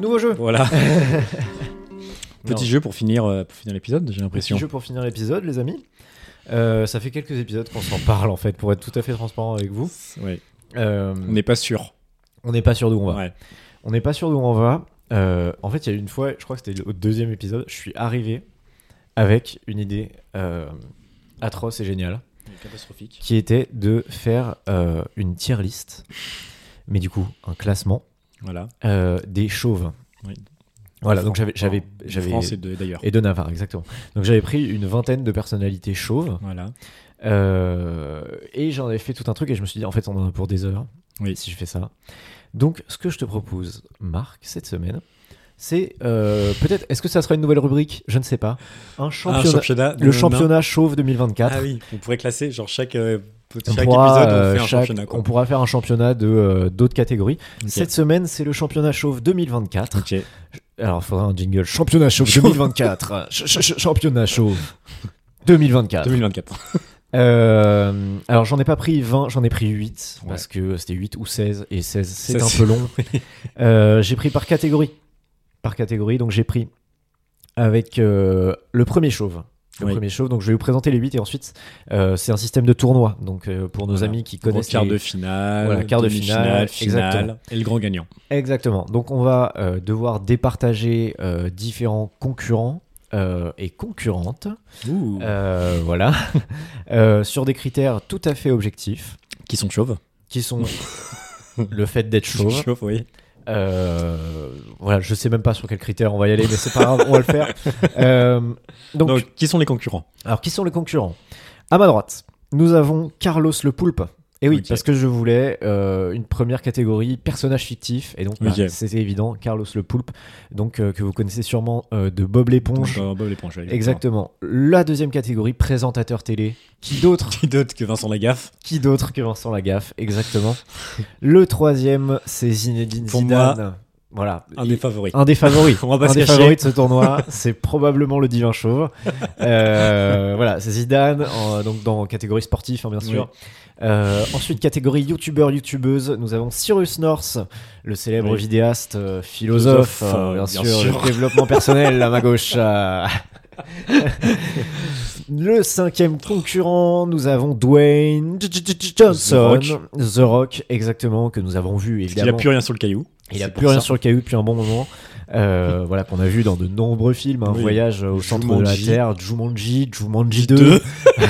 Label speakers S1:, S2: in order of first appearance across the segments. S1: Nouveau jeu
S2: Voilà.
S1: Non.
S2: Petit jeu pour finir, euh, pour finir l'épisode, j'ai
S1: Petit
S2: l'impression.
S1: jeu pour finir l'épisode, les amis. Euh, ça fait quelques épisodes qu'on s'en parle en fait, pour être tout à fait transparent avec vous.
S2: Ouais.
S1: Euh,
S2: On n'est pas sûr.
S1: on n'est pas sûr d'où on va.
S2: Ouais.
S1: On n'est pas sûr d'où on va. Euh, en fait, il y a eu une fois, je crois que c'était au deuxième épisode, je suis arrivé avec une idée euh, atroce et géniale,
S2: Catastrophique.
S1: qui était de faire euh, une tier list, mais du coup un classement
S2: Voilà.
S1: euh, des chauves.
S2: Oui.
S1: Voilà, donc j'avais, j'avais,
S2: En
S1: j'avais
S2: France et de- d'ailleurs.
S1: et de Navarre exactement. Donc j'avais pris une vingtaine de personnalités chauves
S2: Voilà.
S1: euh, et j'en avais fait tout un truc et je me suis dit en fait on en a pour des heures.
S2: Oui.
S1: si je fais ça. Donc, ce que je te propose, Marc, cette semaine, c'est euh, peut-être. Est-ce que ça sera une nouvelle rubrique Je ne sais pas. Un
S2: Ah, Un
S1: championnat.
S2: championnat de
S1: le
S2: main.
S1: championnat chauve 2024.
S2: Ah oui, on pourrait classer genre chaque, euh,
S1: On
S2: chaque
S1: pourra,
S2: épisode, on
S1: euh,
S2: fait un
S1: chaque-
S2: championnat. quoi.
S1: on pourra faire un championnat de euh, d'autres catégories.
S2: Ok.
S1: Cette semaine, c'est le championnat chauve 2024.
S2: Ok.
S1: Alors, il faudra un jingle. Championnat chauve 2024. Ch- ch- ch- championnat chauve 2024.
S2: 2024.
S1: Euh, alors, j'en ai pas pris 20, j'en ai pris 8
S2: Ouais.
S1: parce que c'était 8 ou 16 et 16 c'est
S2: Ça,
S1: un
S2: c'est-
S1: peu long. Euh, j'ai pris par catégorie. Par catégorie, donc j'ai pris avec euh, le premier chauve. Le
S2: Oui.
S1: premier chauve, donc je vais vous présenter les 8 et ensuite euh, c'est un système de tournoi. Donc euh, pour nos
S2: Voilà.
S1: amis qui
S2: Gros
S1: connaissent.
S2: quart
S1: les-
S2: de finale,
S1: Voilà, quart de finale,
S2: demi-finale, finale,
S1: exactement.
S2: et le grand gagnant.
S1: Exactement. Donc on va euh, devoir départager euh, différents concurrents euh, et concurrentes.
S2: Ouh.
S1: Euh, voilà. Euh, sur des critères tout à fait objectifs.
S2: Qui sont chauves.
S1: qui sont le fait d'être chauve.
S2: Chauves, oui.
S1: Euh, voilà, je sais même pas sur quel critère on va y aller, mais c'est pas grave, on va le faire. Euh, donc,
S2: Donc, qui sont les concurrents
S1: alors qui sont les concurrents À ma droite, nous avons Carlos le Poulpe. Et oui,
S2: Ok.
S1: parce que je voulais euh, une première catégorie personnage fictif, et donc bah,
S2: Ok.
S1: c'était évident, Carlos le Poulpe, donc euh, que vous connaissez sûrement euh, de Bob l'éponge.
S2: Donc, euh, Bob l'éponge. ouais,
S1: Exactement. La deuxième catégorie, présentateur télé. Qui d'autre
S2: Qui d'autre que Vincent Lagaffe
S1: Qui d'autre que Vincent Lagaffe Exactement. Le troisième, c'est Zinedine
S2: Pour
S1: Zidane. voilà.
S2: Un des favoris.
S1: Un des favoris.
S2: On va pas
S1: un
S2: se
S1: des
S2: cacher.
S1: favoris de ce tournoi, c'est probablement le divin chauve. Euh, voilà, c'est Zidane, en- donc dans catégorie sportif, hein, bien sûr. Euh, ensuite, catégorie youtubeur, youtubeuse, nous avons Cyrus North, le célèbre
S2: Oui.
S1: vidéaste, euh, philosophe,
S2: Philosophe,
S1: euh, bien,
S2: euh,
S1: sûr,
S2: bien
S1: le
S2: sûr.
S1: développement personnel à ma gauche. euh. le cinquième concurrent, nous avons Dwayne J- J- J- Johnson,
S2: The
S1: The Rock, exactement, que nous avons vu
S2: Il n'a
S1: évidemment.
S2: plus rien sur le caillou.
S1: Il a
S2: C'est
S1: plus
S2: pour
S1: rien
S2: ça.
S1: sur le caillou depuis un bon moment. Euh, voilà, qu'on a vu dans de nombreux films. Un
S2: Oui.
S1: voyage au centre de la
S2: Jumanji.
S1: Terre, Jumanji, Jumanji 2.
S2: Deux.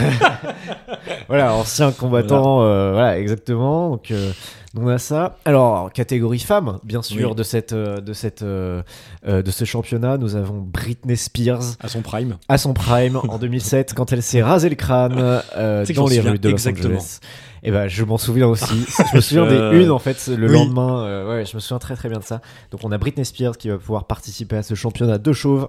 S1: Voilà, ancien combattant, euh, voilà, exactement. Donc, euh, on a ça. Alors, catégorie femme, bien sûr,
S2: Oui.
S1: de, cette, euh, de, cette, euh, euh, de ce championnat, nous avons Britney Spears
S2: À son prime.
S1: à son prime en 2007 quand elle s'est rasé le crâne euh,
S2: C'est que
S1: dans
S2: j'en
S1: les
S2: souviens
S1: rues de Los
S2: exactement.
S1: Angeles. Et ben je m'en souviens aussi. je me souviens des
S2: Euh,
S1: une en fait le
S2: oui.
S1: lendemain. euh, ouais, je me souviens très très bien de ça. Donc on a Britney Spears qui va pouvoir participer à ce championnat de chauves.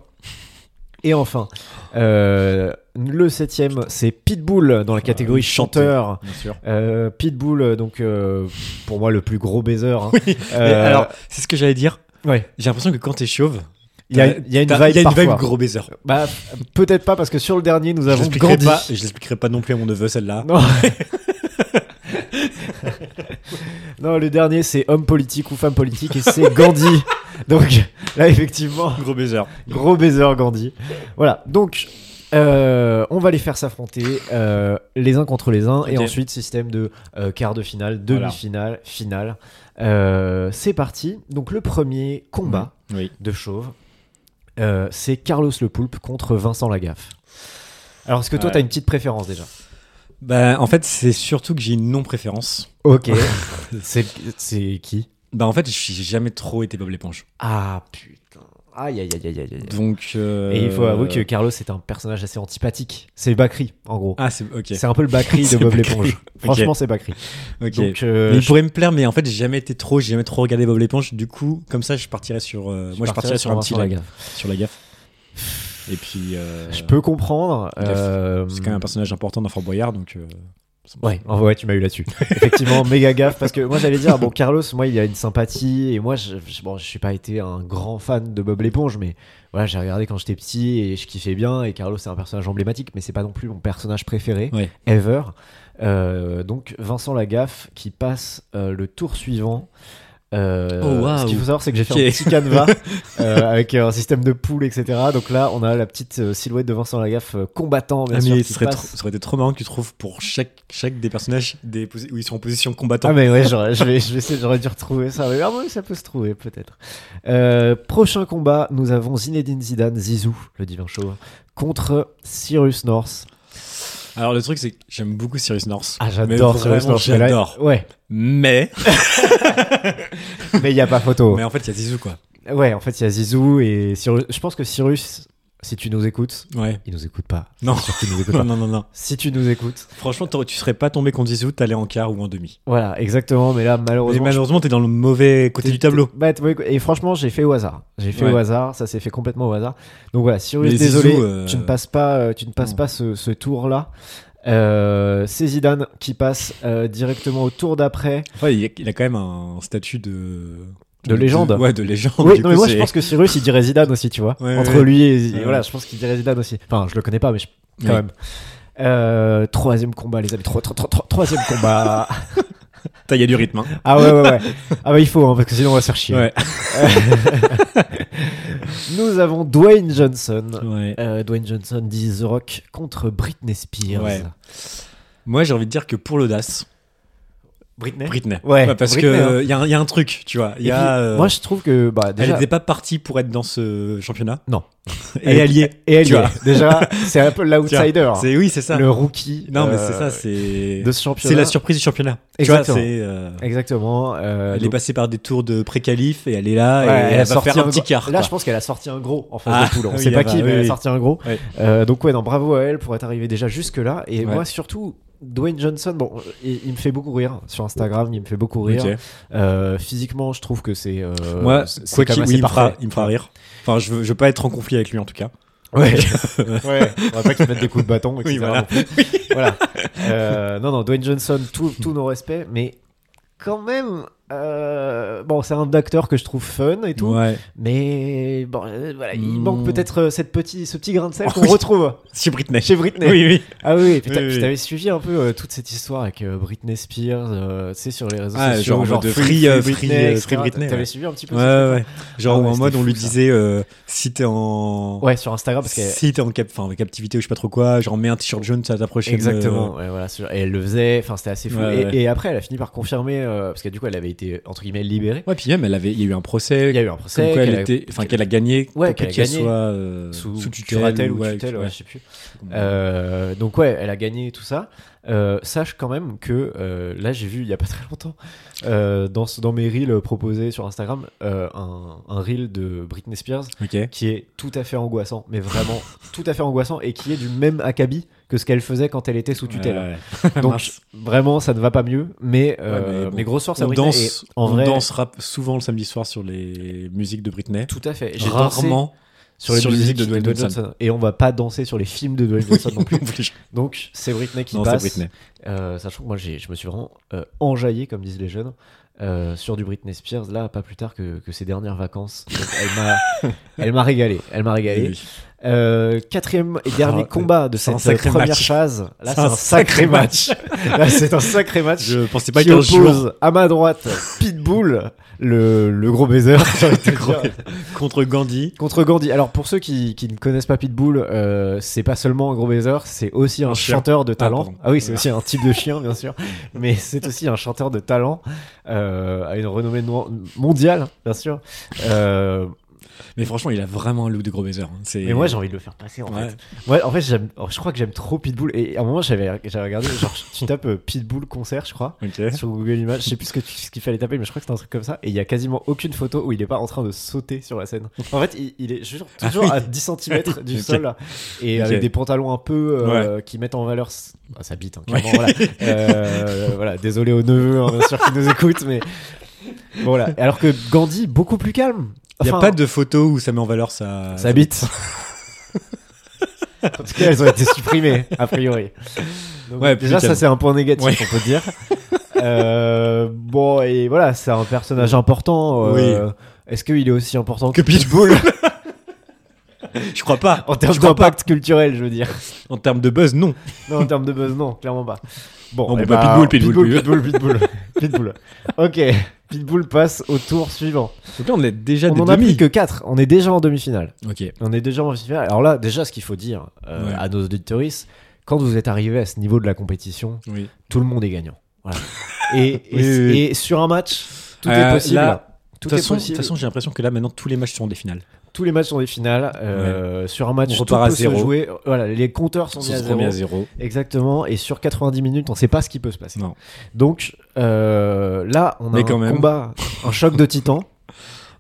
S1: Et enfin, euh, le septième, c'est Pitbull dans la catégorie
S2: oui,
S1: chanteur.
S2: Euh, Bien sûr.
S1: Euh, Pitbull, euh, donc euh, pour moi le plus gros baiser. hein. Euh,
S2: Mais alors, c'est ce que j'allais dire.
S1: ouais,
S2: J'ai l'impression que quand t'es chauve,
S1: il y a,
S2: t'as-
S1: il y a une
S2: t'as-
S1: vibe
S2: il y a une
S1: parfois.
S2: vibe gros baiser.
S1: Bah, peut-être pas parce que sur le dernier nous
S2: Je
S1: avons
S2: l'expliquerai
S1: Gandhi.
S2: pas, je l'expliquerai pas non plus à mon neveu celle-là.
S1: Non. non, le dernier c'est homme politique ou femme politique et c'est Gandhi. Donc là effectivement,
S2: Gros baiser.
S1: Bah. gros baiser Gandhi. Voilà, donc euh, on va les faire s'affronter euh, les uns contre les uns et
S2: Ok.
S1: ensuite système de euh, quart de finale, demi-finale, finale. Euh, c'est parti. Donc le premier combat
S2: Oui.
S1: de chauve, euh, c'est Carlos le Poulpe contre Vincent Lagaffe. Alors est-ce que toi
S2: Ouais.
S1: t'as une petite préférence déjà
S2: Bah, en fait, c'est surtout que j'ai une non-préférence.
S1: Ok. c'est, c'est qui
S2: Bah, en fait, je j'ai jamais trop été Bob l'éponge.
S1: Ah putain. Aïe aïe aïe aïe aïe. aïe.
S2: Donc. euh,
S1: Et il faut avouer que Carlos est un personnage assez antipathique. C'est Bakri, en gros.
S2: Ah, c'est. Ok.
S1: C'est un peu le Bakri de
S2: C'est
S1: Bob
S2: Bakri.
S1: l'éponge. Franchement, c'est Bakri.
S2: Ok.
S1: Donc, euh,
S2: Mais il
S1: je-
S2: pourrait me plaire, mais en fait, j'ai jamais été trop, j'ai jamais trop regardé Bob l'éponge. Du coup, comme ça, je partirais sur. euh, moi, je partirais sur un petit
S1: Vincent
S2: lag.
S1: Lagaffe.
S2: Sur la gaffe. Et puis. euh,
S1: Je peux comprendre.
S2: Gaffe.
S1: euh,
S2: C'est quand même un personnage important dans Fort Boyard, donc. euh,
S1: Ouais, en vrai, tu m'as eu là-dessus. Effectivement, méga gaffe. Parce que moi, j'allais dire, bon, Carlos, moi, il a une sympathie. Et moi, je, je, bon, je suis pas été un grand fan de Bob l'éponge, mais voilà, j'ai regardé quand j'étais petit et je kiffais bien. Et Carlos, c'est un personnage emblématique, mais c'est pas non plus mon personnage préféré,
S2: Ouais.
S1: ever. Euh, donc, Vincent Lagaffe qui passe euh, le tour suivant Euh,
S2: Oh, waouh.
S1: Ce qu'il faut savoir, c'est que j'ai fait
S2: Ok.
S1: un petit canevas euh, avec un système de poules, etc. Donc là, on a la petite euh, silhouette de Vincent Lagaffe euh, combattant, bien
S2: Ah,
S1: sûr,
S2: mais
S1: qui
S2: ce serait
S1: passe.
S2: trop- ça aurait été trop marrant que tu trouves pour chaque, chaque des personnages des posi- où ils sont en position combattant.
S1: Ah mais ouais, j'aurais, je vais, je vais essayer- j'aurais dû retrouver ça. Mais ah ouais, ça peut se trouver peut-être. Euh, prochain combat, nous avons Zinedine Zidane, Zizou, le divin show, contre Cyrus North.
S2: Alors le truc c'est que j'aime beaucoup Cyrus North.
S1: Ah
S2: Mais
S1: j'adore Cyrus
S2: vraiment,
S1: North. mais là-
S2: J'adore.
S1: ouais,
S2: Mais
S1: mais il y a pas photo.
S2: mais en fait il y a Zizou quoi.
S1: Ouais, en fait il y a Zizou et Cyrus. Je pense que Cyrus, si tu nous écoutes,
S2: Ouais.
S1: il nous écoute pas.
S2: Non.
S1: Surtout, il nous écoute
S2: Non
S1: pas.
S2: non non non.
S1: Si tu nous écoutes,
S2: Franchement t'aurais- tu serais pas tombé contre Zizou, t'allais en quart ou en demi.
S1: voilà, exactement. Mais là
S2: Mais
S1: malheureusement,
S2: malheureusement t'es dans le mauvais côté
S1: T'es-
S2: du tableau.
S1: t'es- bah, t'es- ouais, et franchement, j'ai fait au hasard. J'ai fait
S2: Ouais.
S1: au hasard, ça s'est fait complètement au hasard. Donc voilà, Cyrus,
S2: Mais Zizou,
S1: désolé,
S2: euh,
S1: tu ne passes pas, euh, tu ne passes
S2: non.
S1: pas ce, ce tour-là. Euh, c'est Zidane qui passe euh, directement au tour d'après.
S2: Enfin, il, y a, il a quand même un statut de
S1: De légende.
S2: ouais de légende.
S1: Oui,
S2: Oh, Du
S1: non,
S2: coup,
S1: mais moi je
S2: c'est-
S1: pense que Cyrus il dirait Zidane aussi, tu vois.
S2: Ouais,
S1: Entre
S2: ouais.
S1: lui et, et
S2: Ouais.
S1: voilà, je pense qu'il dirait Zidane aussi. Enfin, je le connais pas, mais je- quand
S2: Ouais.
S1: même. Euh, troisième combat, les amis. Tro- tro- tro- tro- troisième combat.
S2: Putain, il y a du rythme. hein.
S1: ah ouais, ouais, ouais. Ah bah il faut, hein, parce que sinon on va se faire chier.
S2: Ouais.
S1: Nous avons Dwayne Johnson.
S2: ouais.
S1: Euh, Dwayne Johnson dit The Rock contre Britney Spears.
S2: Ouais. Moi j'ai envie de dire que pour l'audace,
S1: Britney.
S2: Britney.
S1: Ouais,
S2: parce
S1: Britney,
S2: que
S1: hein.
S2: euh, il y, a un- il y a un truc, tu vois. Il y
S1: Et
S2: a,
S1: puis,
S2: euh,
S1: Moi, je trouve que bah,
S2: elle
S1: déjà,
S2: n'était pas partie pour être dans ce championnat.
S1: Non.
S2: Et elle y est.
S1: et elle
S2: tu
S1: y
S2: vois.
S1: est. déjà, c'est un peu l'outsider,
S2: C'est oui, c'est ça.
S1: le rookie.
S2: Non, mais
S1: euh,
S2: c'est ça, c'est
S1: de ce championnat.
S2: c'est la surprise du championnat.
S1: Exactement.
S2: Tu vois, c'est euh,
S1: Exactement. euh,
S2: elle est
S1: donc-
S2: passée par des tours de pré-qualif et elle est là
S1: ouais,
S2: et elle, va
S1: sorti
S2: faire un petit
S1: gros-
S2: quart.
S1: Là,
S2: quoi.
S1: je pense qu'elle a sorti un gros en face
S2: Ah,
S1: de poule. On
S2: oui,
S1: sait
S2: elle
S1: pas
S2: va,
S1: qui, mais
S2: oui,
S1: elle a
S2: oui.
S1: sorti un gros.
S2: Ouais.
S1: Euh, donc, ouais, non, bravo à elle pour être arrivée déjà jusque-là. Et
S2: Ouais.
S1: moi, surtout, Dwayne Johnson, bon, il, il me fait beaucoup rire sur Instagram, il me fait beaucoup rire.
S2: Ok.
S1: Euh, physiquement, je trouve que c'est. euh,
S2: Moi,
S1: c'est- c'est
S2: quoi
S1: quand
S2: qu'il
S1: même
S2: oui,
S1: assez
S2: il, me fera,
S1: parfait.
S2: il me fera rire. Enfin, je veux, je veux pas être en conflit avec lui en tout cas.
S1: Ouais. ouais. On va pas qu'il mette des coups de bâton, etc.
S2: Oui, voilà.
S1: non plus. Voilà. Euh, non, non, Dwayne Johnson, tout- tous nos respects, mais quand même. euh, bon, c'est un acteur que je trouve fun et tout,
S2: Ouais.
S1: mais bon, euh, voilà, il
S2: Mm.
S1: manque peut-être euh, cette petit, ce petit grain de sel
S2: Oh
S1: qu'on
S2: oui.
S1: retrouve
S2: Chez Britney.
S1: chez Britney.
S2: Oui, oui.
S1: Ah oui, putain,
S2: Oui, oui.
S1: tu t'avais suivi un peu euh, toute cette histoire avec euh, Britney Spears, euh, tu sais, sur les réseaux
S2: Ah,
S1: sociaux,
S2: genre en mode
S1: Free,
S2: free, euh,
S1: Free
S2: free,
S1: Britney,
S2: euh,
S1: etc.
S2: free Britney,
S1: T'avais
S2: ouais.
S1: suivi un petit peu
S2: Ouais,
S1: ce truc-là
S2: ouais. Genre
S1: Ah ouais,
S2: en mode, on
S1: c'était
S2: lui
S1: fou, ça.
S2: disait euh, si t'es en.
S1: Ouais, sur Instagram, parce qu'elle
S2: Si t'es en, cap, enfin, captivité ou je sais pas trop quoi, genre mets un t-shirt jaune, ça t'approche.
S1: Exactement, ouais, voilà, sur- et elle le faisait, enfin c'était assez fou.
S2: euh, Ouais,
S1: et,
S2: ouais.
S1: et après, elle a fini par confirmer, euh, parce que du coup, elle avait été entre guillemets libérée.
S2: Ouais, puis même, elle avait, il y a eu un procès.
S1: Il y a eu un
S2: Comme
S1: procès,
S2: quoi elle,
S1: qu'elle a-
S2: était, enfin qu'elle a gagné,
S1: Ouais,
S2: pour
S1: qu'elle a
S2: qu'elle
S1: gagné.
S2: soit euh,
S1: sous,
S2: tutelle
S1: curatelle ou
S2: ouais,
S1: tutelle, ouais,
S2: ouais.
S1: je sais plus. Euh, donc ouais, elle a gagné tout ça. Euh, sache quand même que euh, là, j'ai vu il y a pas très longtemps euh, dans ce- dans mes reels proposés sur Instagram euh, un, un reel de Britney Spears
S2: Ok.
S1: qui est tout à fait angoissant, mais vraiment tout à fait angoissant et qui est du même acabit que ce qu'elle faisait quand elle était sous tutelle.
S2: Ouais, ouais.
S1: Donc
S2: Mince.
S1: vraiment, ça ne va pas mieux. Mais, euh,
S2: Ouais, mais
S1: mais,
S2: bon.
S1: grosse force à
S2: on
S1: Britney.
S2: danse,
S1: et en
S2: on
S1: vrai,
S2: danse rap souvent le samedi soir sur les musiques de Britney.
S1: tout à fait. J'ai dansé
S2: Rarement
S1: sur les musiques de Dwayne Johnson. Et on va pas danser sur les films de Dwayne Johnson non plus. Donc c'est Britney qui
S2: Non, c'est
S1: passe.
S2: Britney.
S1: Euh, sachant que moi, j'ai- je me suis vraiment euh, enjaillé, comme disent les jeunes, euh, sur du Britney Spears. Là, pas plus tard que, que ses dernières vacances. Donc, elle m'a, elle m'a régalé. Elle m'a régalé.
S2: Oui.
S1: Euh, quatrième et dernier
S2: Ah,
S1: combat de
S2: c'est un
S1: cette
S2: sacré
S1: première
S2: match.
S1: phase. Là, c'est un sacré match. Là, c'est un sacré match.
S2: Je pensais pas
S1: qui
S2: qu'il jour
S1: oppose à ma droite Pitbull, le, le gros baiser, j'ai envie de te
S2: gros
S1: dire,
S2: contre Gandhi.
S1: contre Gandhi. Alors pour ceux qui, qui ne connaissent pas Pitbull, euh, c'est pas seulement un gros baiser, c'est aussi un,
S2: Un chien.
S1: chanteur de talent.
S2: pardon.
S1: Ah, oui, c'est aussi un type de chien bien sûr, mais c'est aussi un chanteur de talent euh, à une renommée no- mondiale bien sûr. Euh,
S2: Mais franchement, il a vraiment un look de gros baiser. hein. C'est-
S1: mais moi j'ai envie de le faire passer en
S2: Ouais.
S1: fait. Moi en fait j'aime, je crois que j'aime trop Pitbull et à un moment j'avais j'avais regardé genre tu tapes euh, Pitbull concert je crois
S2: Ok.
S1: sur Google Images, je sais plus ce que tu- ce qu'il fallait taper, mais je crois que c'était un truc comme ça. Et il y a quasiment aucune photo où il est pas en train de sauter sur la scène. En fait, il, il est je jure,
S2: Ah
S1: toujours
S2: oui.
S1: à 10 cm du
S2: Ok.
S1: sol là. et
S2: Ok.
S1: avec des pantalons un peu euh, qui mettent en valeur s- ah, sa bite. hein, clairement, voilà. Euh, voilà, désolé aux neveux, hein, bien sûr, qui nous écoutent, mais bon, voilà. Alors que Gandhi, beaucoup plus calme.
S2: Il n'y a
S1: Enfin,
S2: pas de photo où ça met en valeur sa,
S1: ça bite. en tout cas, elles ont été supprimées, a priori. Donc, déjà,
S2: Ouais, plus
S1: ça,
S2: calme.
S1: c'est un point négatif,
S2: Ouais.
S1: on peut dire. Euh, bon, et voilà, c'est un personnage important. euh, Est-ce qu'il est aussi important que
S2: Mm. Que Pitbull Je crois pas.
S1: en termes
S2: Je crois
S1: d'impact culturel, je veux dire
S2: En termes de buzz, non.
S1: Non, en termes de buzz, non, clairement pas. Bon,
S2: Non,
S1: eh
S2: bon, bah, Pitbull, Pitbull,
S1: Pitbull, Pitbull, Pitbull, Pitbull. Ok, Pitbull passe au tour suivant.
S2: Donc là, on est déjà
S1: on
S2: des
S1: n'en a
S2: demi.
S1: pris que 4. On est déjà en demi-finale.
S2: Ok.
S1: On est déjà en demi-finale. Alors là, déjà, ce qu'il faut dire euh,
S2: Ouais.
S1: à nos auditeurs, quand vous êtes arrivé à ce niveau de la compétition,
S2: Oui.
S1: tout le monde est gagnant. Voilà. et, et,
S2: Oui, oui, oui.
S1: et sur un match, tout
S2: Euh,
S1: est possible.
S2: là,
S1: tout
S2: De toute
S1: est
S2: façon, de toute
S1: possible.
S2: façon, j'ai l'impression que là, maintenant, tous les matchs sont des finales.
S1: Tous les matchs sont des finales. euh, Sur un match,
S2: On
S1: tout
S2: repart à
S1: peut se
S2: zéro.
S1: jouer. Voilà, les compteurs sont
S2: Ils
S1: mis à
S2: sont se remis
S1: zéro.
S2: à zéro.
S1: Exactement. Et sur 90 minutes, on ne sait pas ce qui peut se passer.
S2: Non.
S1: Donc euh, là, on a
S2: Mais
S1: un
S2: quand même.
S1: combat, un choc de titans.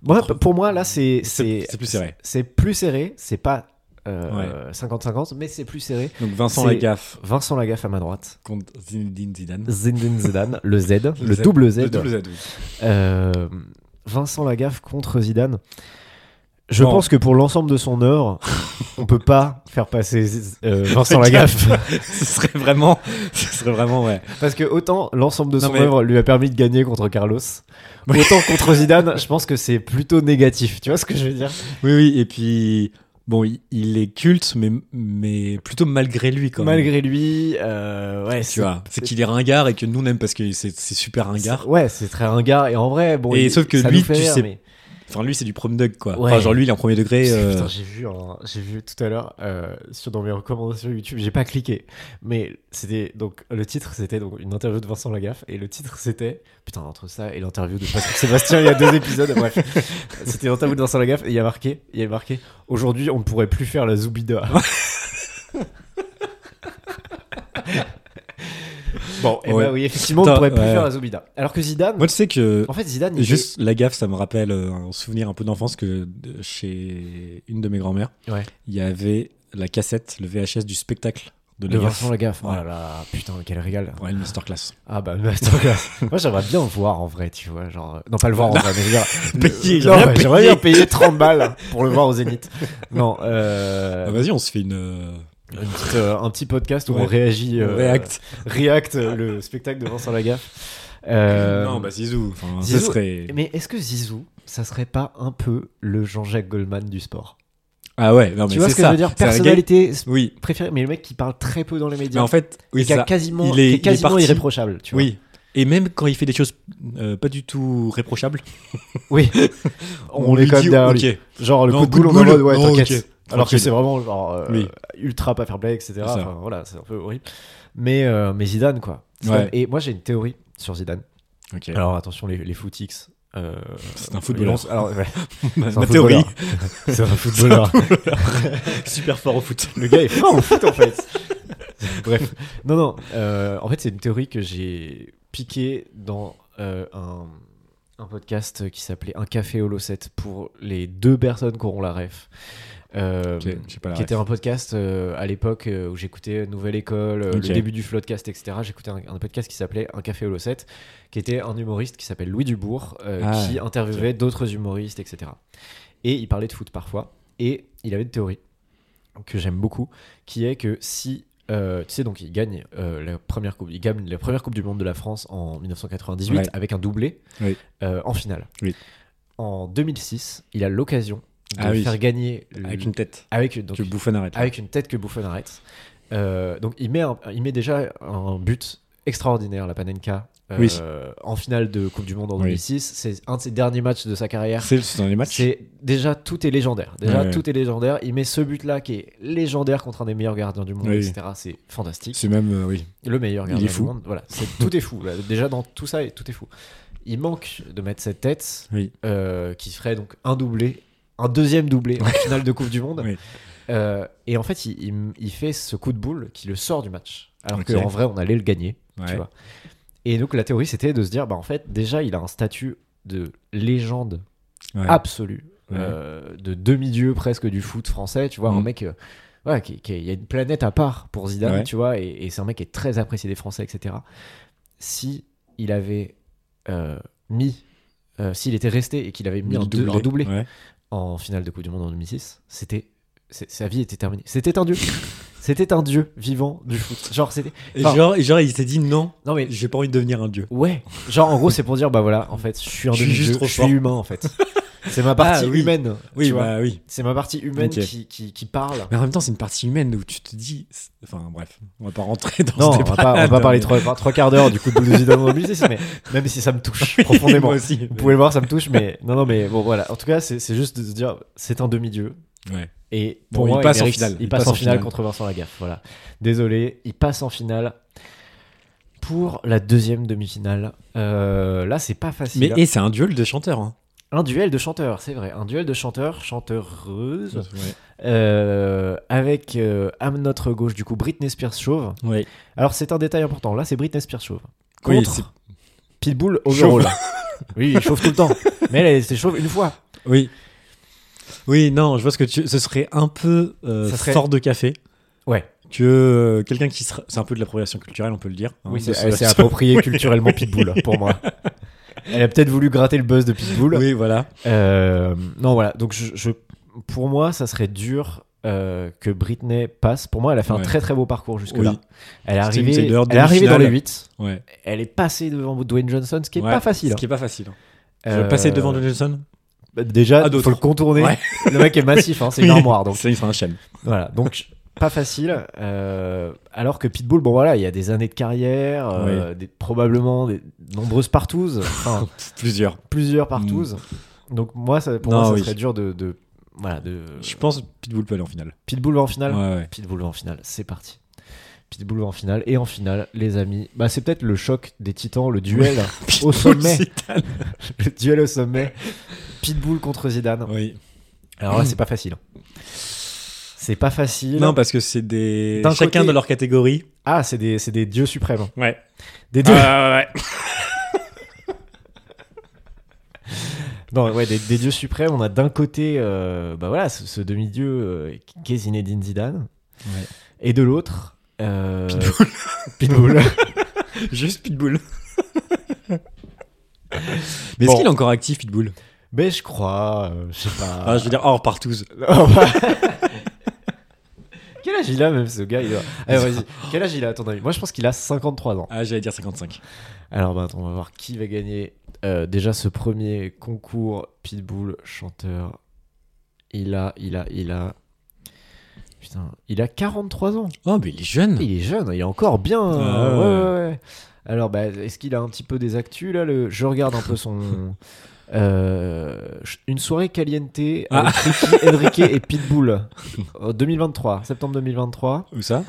S1: Moi, p- pour moi, là, c'est
S2: C'est c'est plus serré.
S1: C'est plus serré. C'est pas euh, 50-50, mais c'est plus serré.
S2: Donc Vincent
S1: C'est-
S2: Lagaffe
S1: Vincent Lagaffe à ma droite,
S2: contre Zinedine Zidane.
S1: Zinedine Zidane, le Z, le,
S2: Z.
S1: double Z,
S2: Le double Z, oui.
S1: euh, Vincent Lagaffe contre Zidane. Je
S2: Non.
S1: pense que pour l'ensemble de son œuvre, on peut pas faire passer Ziz- euh, Vincent
S2: Lagaffe.
S1: Lagaffe.
S2: ce serait vraiment, ce serait vraiment, ouais.
S1: Parce que autant l'ensemble de
S2: Non,
S1: son
S2: mais-
S1: œuvre lui a permis de gagner contre Carlos,
S2: Oui.
S1: autant contre Zidane, je pense que c'est plutôt négatif. Tu vois ce que je veux dire
S2: Oui, oui. Et puis, bon, il, il est culte, mais, mais plutôt malgré lui, quand même.
S1: Malgré lui, euh, ouais,
S2: Tu
S1: c'est-
S2: vois, c'est qu'il est ringard et que nous on aime parce que c'est c'est super
S1: c'est-
S2: ringard.
S1: Ouais, c'est très ringard. Et en vrai, bon,
S2: Et
S1: il-
S2: sauf que
S1: ça
S2: lui,
S1: nous fait
S2: tu
S1: rire,
S2: sais-
S1: mais-
S2: Enfin, lui, c'est du prom dog, quoi.
S1: Ouais.
S2: Enfin, genre, lui, il est en premier degré. euh,
S1: Putain, j'ai vu, un- j'ai vu tout à l'heure euh, sur dans mes recommandations YouTube, j'ai pas cliqué, mais c'était donc le titre c'était donc une interview de Vincent Lagaffe et le titre c'était putain entre ça et l'interview de Patrick Sébastien il y a deux épisodes bref c'était l'interview de Vincent Lagaffe et il y a marqué il y a marqué aujourd'hui on ne pourrait plus faire la Zoubida. bon et
S2: Ouais.
S1: bah oui effectivement on
S2: Putain,
S1: ne pourrait plus
S2: ouais.
S1: faire la Zoubida alors que Zidane
S2: Moi, tu sais que.
S1: en fait Zidane il est-
S2: Juste la gaffe, ça me rappelle euh, un souvenir un peu d'enfance que de- chez une de mes grand-mères,
S1: Ouais.
S2: il y avait la cassette, le VHS du spectacle de
S1: de
S2: la
S1: Vincent
S2: gaffe.
S1: Lagaffe oh
S2: Ouais.
S1: là là putain quel régal
S2: Ouais, le masterclass.
S1: Ah bah masterclass. Moi j'aimerais bien le voir en vrai, tu vois, genre euh, non pas le voir en vrai, mais je veux dire,
S2: Payer,
S1: le-
S2: j'aimerais
S1: non,
S2: bien
S1: bah, j'aimerais bien payer 30 balles pour le voir au Zénith. Non, euh,
S2: Ah, Vas-y, on se fait une. euh,
S1: une petite, euh, un petit podcast où
S2: Ouais.
S1: on réagit, euh,
S2: React.
S1: react, euh, le spectacle de Vincent Lagaffe. Euh,
S2: non, bah Zizou. Enfin,
S1: Zizou-
S2: Ce serait...
S1: Mais est-ce que Zizou, ça serait pas un peu le Jean-Jacques Goldman du sport
S2: Ah ouais, non, mais
S1: Tu vois
S2: c'est
S1: ce que
S2: ça.
S1: je veux dire
S2: C'est un gars-
S1: Personnalité
S2: Oui,
S1: préférée, mais le mec qui parle très peu dans les
S2: mais
S1: médias,
S2: en fait, oui,
S1: et qui
S2: c'est
S1: a
S2: ça.
S1: quasiment,
S2: Il est-
S1: qui
S2: il
S1: est
S2: est
S1: quasiment
S2: parti.
S1: irréprochable. Tu vois.
S2: Oui. Et même quand il fait des choses euh, pas du tout réprochables,
S1: oui. On, est
S2: lui
S1: quand même
S2: dit,
S1: derrière lui.
S2: ok,
S1: Genre le
S2: Non,
S1: coup de
S2: coup de
S1: boule, on est en
S2: boule.
S1: mode ouais,
S2: Non,
S1: t'inquiète.
S2: ok,
S1: Alors que
S2: tranquille.
S1: c'est vraiment genre euh,
S2: Oui.
S1: ultra pas fair play, etc.
S2: C'est ça.
S1: Enfin, voilà, c'est un peu horrible. Mais, euh, mais Zidane, quoi. Zidane.
S2: Ouais.
S1: Et moi, j'ai une théorie sur Zidane.
S2: Ok.
S1: Alors attention, les, les footix. euh,
S2: C'est un footballeur.
S1: ils lancent- alors, ouais,
S2: ma,
S1: c'est un
S2: ma théorie,
S1: footballeur. c'est un footballeur.
S2: super fort au foot.
S1: Le gars est fort au foot en fait. Bref. Non, non. euh, en fait, c'est une théorie que j'ai piquée dans euh, un, un podcast qui s'appelait Un café au Losset pour les deux personnes qui auront la ref. Euh,
S2: Ok, j'ai pas la
S1: qui
S2: ref.
S1: était un podcast euh, à l'époque euh, où j'écoutais Nouvelle École, euh,
S2: Ok.
S1: le début du Floodcast, etc. J'écoutais un, un podcast qui s'appelait Un café au Losset, qui était un humoriste qui s'appelle Louis Dubourg, euh,
S2: Ah,
S1: qui interviewait d'autres humoristes, etc. Et il parlait de foot parfois. Et il avait une théorie que j'aime beaucoup, qui est que si euh, tu sais donc il gagne euh, la première coupe, il gagne la première coupe du monde de la France en 1998
S2: Ouais.
S1: avec un doublé
S2: Oui.
S1: euh, en finale.
S2: Oui.
S1: En 2006, il a l'occasion de
S2: Ah oui.
S1: faire gagner le-
S2: Avec une tête
S1: avec donc,
S2: que Bouffon arrête.
S1: avec une tête que Buffon arrête. Euh, donc il met, un- il met déjà un but extraordinaire, la Panenka, euh,
S2: Oui.
S1: en finale de Coupe du Monde en
S2: Oui.
S1: 2006. C'est un de ses derniers matchs de sa carrière.
S2: C'est c'est dans les matchs
S1: C'est déjà tout est légendaire. Déjà
S2: Ouais, ouais.
S1: tout est légendaire. Il met ce but là qui est légendaire contre un des meilleurs gardiens du monde,
S2: Oui.
S1: etc. C'est fantastique.
S2: C'est même, euh, oui.
S1: Le meilleur
S2: Il
S1: gardien
S2: est fou.
S1: du monde. Voilà, c'est, tout est fou. là. Déjà dans tout ça, et tout est fou. Il manque de mettre cette tête
S2: Oui.
S1: euh, qui ferait donc un doublé, un deuxième doublé en finale de Coupe du Monde.
S2: Oui.
S1: Euh, et en fait, il, il- il fait ce coup de boule qui le sort du match. Alors
S2: Ok.
S1: qu'en vrai, on allait le gagner.
S2: Ouais.
S1: Tu vois. Et donc, la théorie, c'était de se dire, bah, en fait, déjà, il a un statut de légende
S2: Ouais.
S1: absolue,
S2: Ouais.
S1: euh, de demi-dieu presque du foot français. Tu vois, un
S2: Mm.
S1: mec. euh, ouais, qui, qui- il y a une planète à part pour Zidane,
S2: Ouais.
S1: tu vois, et, et c'est un mec qui est très apprécié des Français, etc. Si il avait euh, mis, euh, s'il était resté et qu'il avait mis
S2: Il
S1: un, deux- un doublé
S2: Ouais.
S1: en finale de Coupe du Monde en 2006, c'était c'est- sa vie était terminée. C'était un dieu. c'était un dieu vivant du foot. Genre c'était
S2: Et,
S1: Enfin-
S2: genre, et genre, il s'est dit non,
S1: Non mais
S2: j'ai pas envie de devenir un dieu.
S1: ouais, genre en gros, c'est pour dire bah voilà, en fait, je suis un
S2: Je suis
S1: demi-dieu,
S2: juste trop
S1: je suis
S2: fort.
S1: humain en fait. C'est ma partie
S2: Ah, oui.
S1: humaine.
S2: Oui,
S1: tu vois.
S2: bah oui.
S1: C'est ma partie humaine
S2: Ok.
S1: qui, qui, qui parle.
S2: Mais en même temps, c'est une partie humaine où tu te dis. c'est- Enfin, bref, on va pas rentrer dans
S1: Non,
S2: ce
S1: on va
S2: débat.
S1: pas, on va pas
S2: Non,
S1: parler
S2: mais-
S1: trois, trois quarts d'heure du coup de Blues Mobilité, mais même si ça me touche profondément.
S2: Moi aussi.
S1: Vous pouvez le voir, ça me touche, mais non, non, mais bon, voilà. En tout cas, c'est c'est juste de se dire, c'est un demi-dieu.
S2: Ouais.
S1: Et pour
S2: Bon, il
S1: moi,
S2: passe en
S1: mérite-
S2: finale.
S1: Il, passe, en finale contre Vincent Lagaffe. Voilà. Désolé, il passe en finale pour la deuxième demi-finale. Euh, là, c'est pas facile.
S2: Mais et c'est un duel de chanteurs. Hein.
S1: Un duel de chanteurs, c'est vrai. Un duel de chanteurs, chanteureuses,
S2: Ouais.
S1: euh, avec euh, à notre gauche, du coup, Britney Spears chauve. Alors, c'est un détail important. Là, c'est Britney Spears chauve.
S2: Oui,
S1: Contre
S2: c'est-
S1: Pitbull overall. oui, il chauffe tout le temps. Mais elle, elle était chauve une fois.
S2: Oui. Oui, non, je vois ce que tu. Ce serait un peu euh,
S1: Ça serait-
S2: fort de café
S1: Ouais.
S2: que euh, quelqu'un qui sera. C'est un peu de l'appropriation culturelle, on peut le dire. hein,
S1: Oui,
S2: de
S1: c'est
S2: ce-
S1: elle s'est
S2: ce-
S1: approprié
S2: Oui.
S1: culturellement Pitbull hein, pour moi. Elle a peut-être voulu gratter le buzz de Pitbull.
S2: Oui, voilà.
S1: Euh, non, voilà. Donc, je, je- pour moi, ça serait dur euh, que Britney passe. Pour moi, elle a fait un
S2: Ouais.
S1: très très beau parcours jusque-là.
S2: Oui.
S1: Elle est
S2: Steven
S1: arrivée,
S2: Tyler,
S1: elle est arrivée dans
S2: demi-finale.
S1: les 8.
S2: Ouais.
S1: Elle est passée devant Dwayne Johnson, ce qui est
S2: Ouais,
S1: pas facile. hein.
S2: Ce qui est pas facile. hein. Je
S1: Euh,
S2: vais passer devant Johnson.
S1: bah, Déjà,
S2: à
S1: il
S2: d'autres.
S1: faut le contourner.
S2: Ouais.
S1: Le mec est massif, hein, c'est une
S2: Oui.
S1: armoire. Donc,
S2: C'est il sera un chêne.
S1: voilà. Donc, pas facile. euh, alors que Pitbull, bon voilà, il y a des années de carrière, euh, des- probablement des nombreuses partous. Enfin,
S2: Plusieurs.
S1: plusieurs partous. Donc moi, ça, pour
S2: Mm. Non,
S1: moi, ça
S2: oui.
S1: serait dur de, de- voilà de
S2: Je pense que Pitbull peut aller en finale.
S1: Pitbull va en finale.
S2: Ouais, ouais.
S1: Pitbull va en finale, c'est parti. Pitbull va en finale et en finale, les amis, bah c'est peut-être le choc des Titans, le duel, Au sommet.
S2: Zidane.
S1: le duel au sommet. Pitbull contre Zidane.
S2: Oui.
S1: Alors là, c'est pas facile. C'est pas facile.
S2: Non, parce que c'est des.
S1: D'un
S2: Chacun
S1: côté-
S2: de leur catégorie.
S1: Ah, c'est des, c'est des dieux suprêmes.
S2: Ouais. Ah,
S1: Des dieux.
S2: ouais, ouais.
S1: Non, ouais, des, des dieux suprêmes. On a d'un côté, euh, bah voilà, ce, ce demi-dieu euh, qu'est Zinedine Zidane,
S2: Ouais.
S1: et de l'autre, euh, Pitbull.
S2: Juste Pitbull. Mais est-ce
S1: Bon.
S2: qu'il est encore actif, Pitbull
S1: Mais je crois, euh, je sais pas.
S2: Ah, Je veux dire, hors partouze.
S1: Non, bah. Quel âge il a même ce gars il doit- Alors, vas-y. Quel âge il a à ton avis Moi je pense qu'il a 53 ans.
S2: Ah, j'allais dire 55.
S1: Alors bah, attends, on va voir qui va gagner euh, déjà ce premier concours Pitbull chanteur. Il a, il a, il a... Putain, il a 43 ans.
S2: Oh, mais il est jeune.
S1: Ah, Il est jeune, il est encore bien. hein.
S2: Ah
S1: ouais, ouais, ouais. Alors, bah, est-ce qu'il a un petit peu des actus là le... Je regarde un peu son. Euh, ch- une soirée caliente avec
S2: Ah.
S1: Ricky, Enrique et Pitbull Euh, en 2023, septembre 2023.
S2: Où ça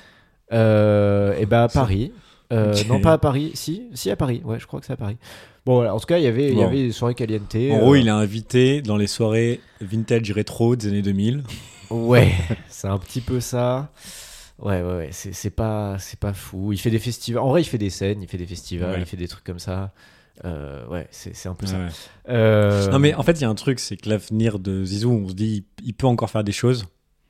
S1: Euh, et bah à Paris. Euh,
S2: Ok.
S1: Non, pas à Paris. Si, si à Paris. Ouais, je crois que c'est à Paris. Bon, voilà. En tout cas, il y avait, il y
S2: Bon.
S1: avait des soirées caliente.
S2: En gros, il est invité dans les soirées vintage rétro des années 2000.
S1: Ouais, c'est un petit peu ça. Ouais, ouais, ouais, c'est c'est pas, c'est pas fou. Il fait des festivals. En vrai, il fait des scènes, il fait des festivals,
S2: Ouais.
S1: il fait des trucs comme ça. Euh, ouais, c'est c'est un peu ça.
S2: Ouais.
S1: Euh,
S2: Non, mais en fait, il y a un truc, c'est que l'avenir de Zizou, on se dit, il peut encore faire des choses,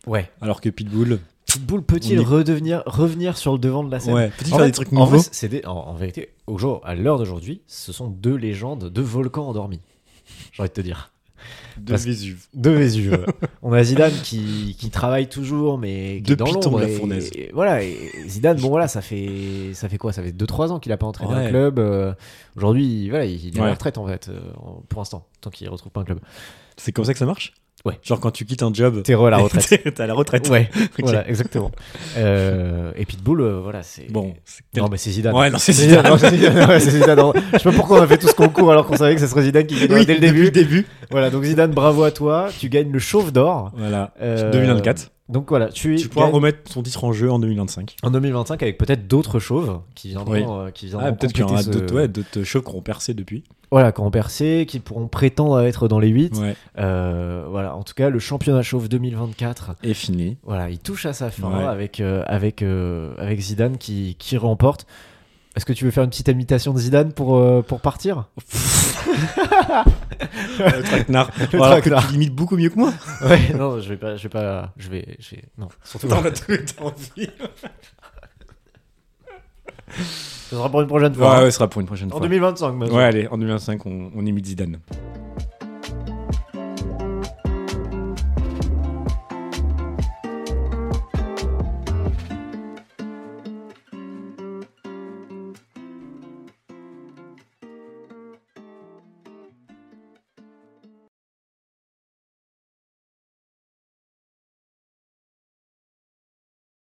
S1: ouais.
S2: alors que Pitbull,
S1: Pitbull peut-il
S2: On y-
S1: redevenir, revenir sur le devant de la scène
S2: ouais, peut-il
S1: En
S2: faire
S1: fait-
S2: des trucs
S1: en vrai,
S2: nouveaux
S1: c'est des- en, en vérité, au jour, à l'heure d'aujourd'hui, ce sont deux légendes, deux volcans endormis. J'ai envie de te dire.
S2: De
S1: parce-
S2: Vésuve.
S1: Deux Vésuve. hein. On a Zidane qui, qui travaille toujours, mais qui
S2: Deux
S1: est dans
S2: pitons de
S1: l'ombre.
S2: la
S1: et-
S2: fournaise.
S1: et voilà, et Zidane, bon voilà, ça fait, ça fait quoi Ça fait 2-3 ans qu'il a pas entraîné un
S2: Ouais.
S1: club. euh, Aujourd'hui, voilà, il il est à la
S2: Ouais.
S1: retraite en fait, euh, en- pour l'instant, tant qu'il retrouve pas un club.
S2: C'est comme ça que ça marche
S1: Ouais.
S2: Genre quand tu quittes un job,
S1: Terreau à la retraite.
S2: t'es t'es à la retraite.
S1: ouais,
S2: Ok.
S1: voilà, exactement. Euh, et Pitbull, euh, voilà, c'est.
S2: Bon, c'est quel-
S1: Non, mais c'est Zidane.
S2: Ouais, non, c'est
S1: C'est Zidane,
S2: Zidane.
S1: non, c'est Zidane, ouais, c'est Zidane. Non, Je sais pas pourquoi on a fait tout ce concours alors qu'on savait que ce serait Zidane qui gagnerait
S2: Oui,
S1: dès le début.
S2: depuis début.
S1: Voilà, donc Zidane, bravo à toi. Tu gagnes le chauve d'or.
S2: Voilà.
S1: Euh,
S2: 2024.
S1: Donc voilà, tu,
S2: Tu pourras
S1: gagnes-
S2: remettre son titre en jeu en 2025.
S1: en 2025 avec peut-être d'autres chauves qui viendront,
S2: Oui.
S1: euh, qui viendront
S2: Ah, peut-être qu'il y aura
S1: compléter ce-
S2: d'autres ouais, d'autres shows qui auront percé depuis.
S1: voilà, qui ont percé, qui pourront prétendre à être dans les 8.
S2: Ouais.
S1: Euh, voilà, en tout cas, le championnat chauve 2024,
S2: Et fini.
S1: voilà, il touche à sa fin
S2: Ouais.
S1: avec, euh, avec, euh, avec Zidane qui, qui remporte. Est-ce que tu veux faire une petite imitation de Zidane pour, euh, pour partir
S2: Le traquenard.
S1: Le
S2: Bon, alors que
S1: traquenard.
S2: tu limites beaucoup mieux que moi.
S1: Ouais, non, je vais pas, je vais pas, je vais, je vais- non, surtout pas.
S2: T'en as tout envie.
S1: Ce sera pour une prochaine
S2: Ouais,
S1: fois.
S2: ouais, ce sera pour une prochaine
S1: hein. En
S2: fois.
S1: 2025, même.
S2: Ouais, allez, en 2025, on, on imite Zidane.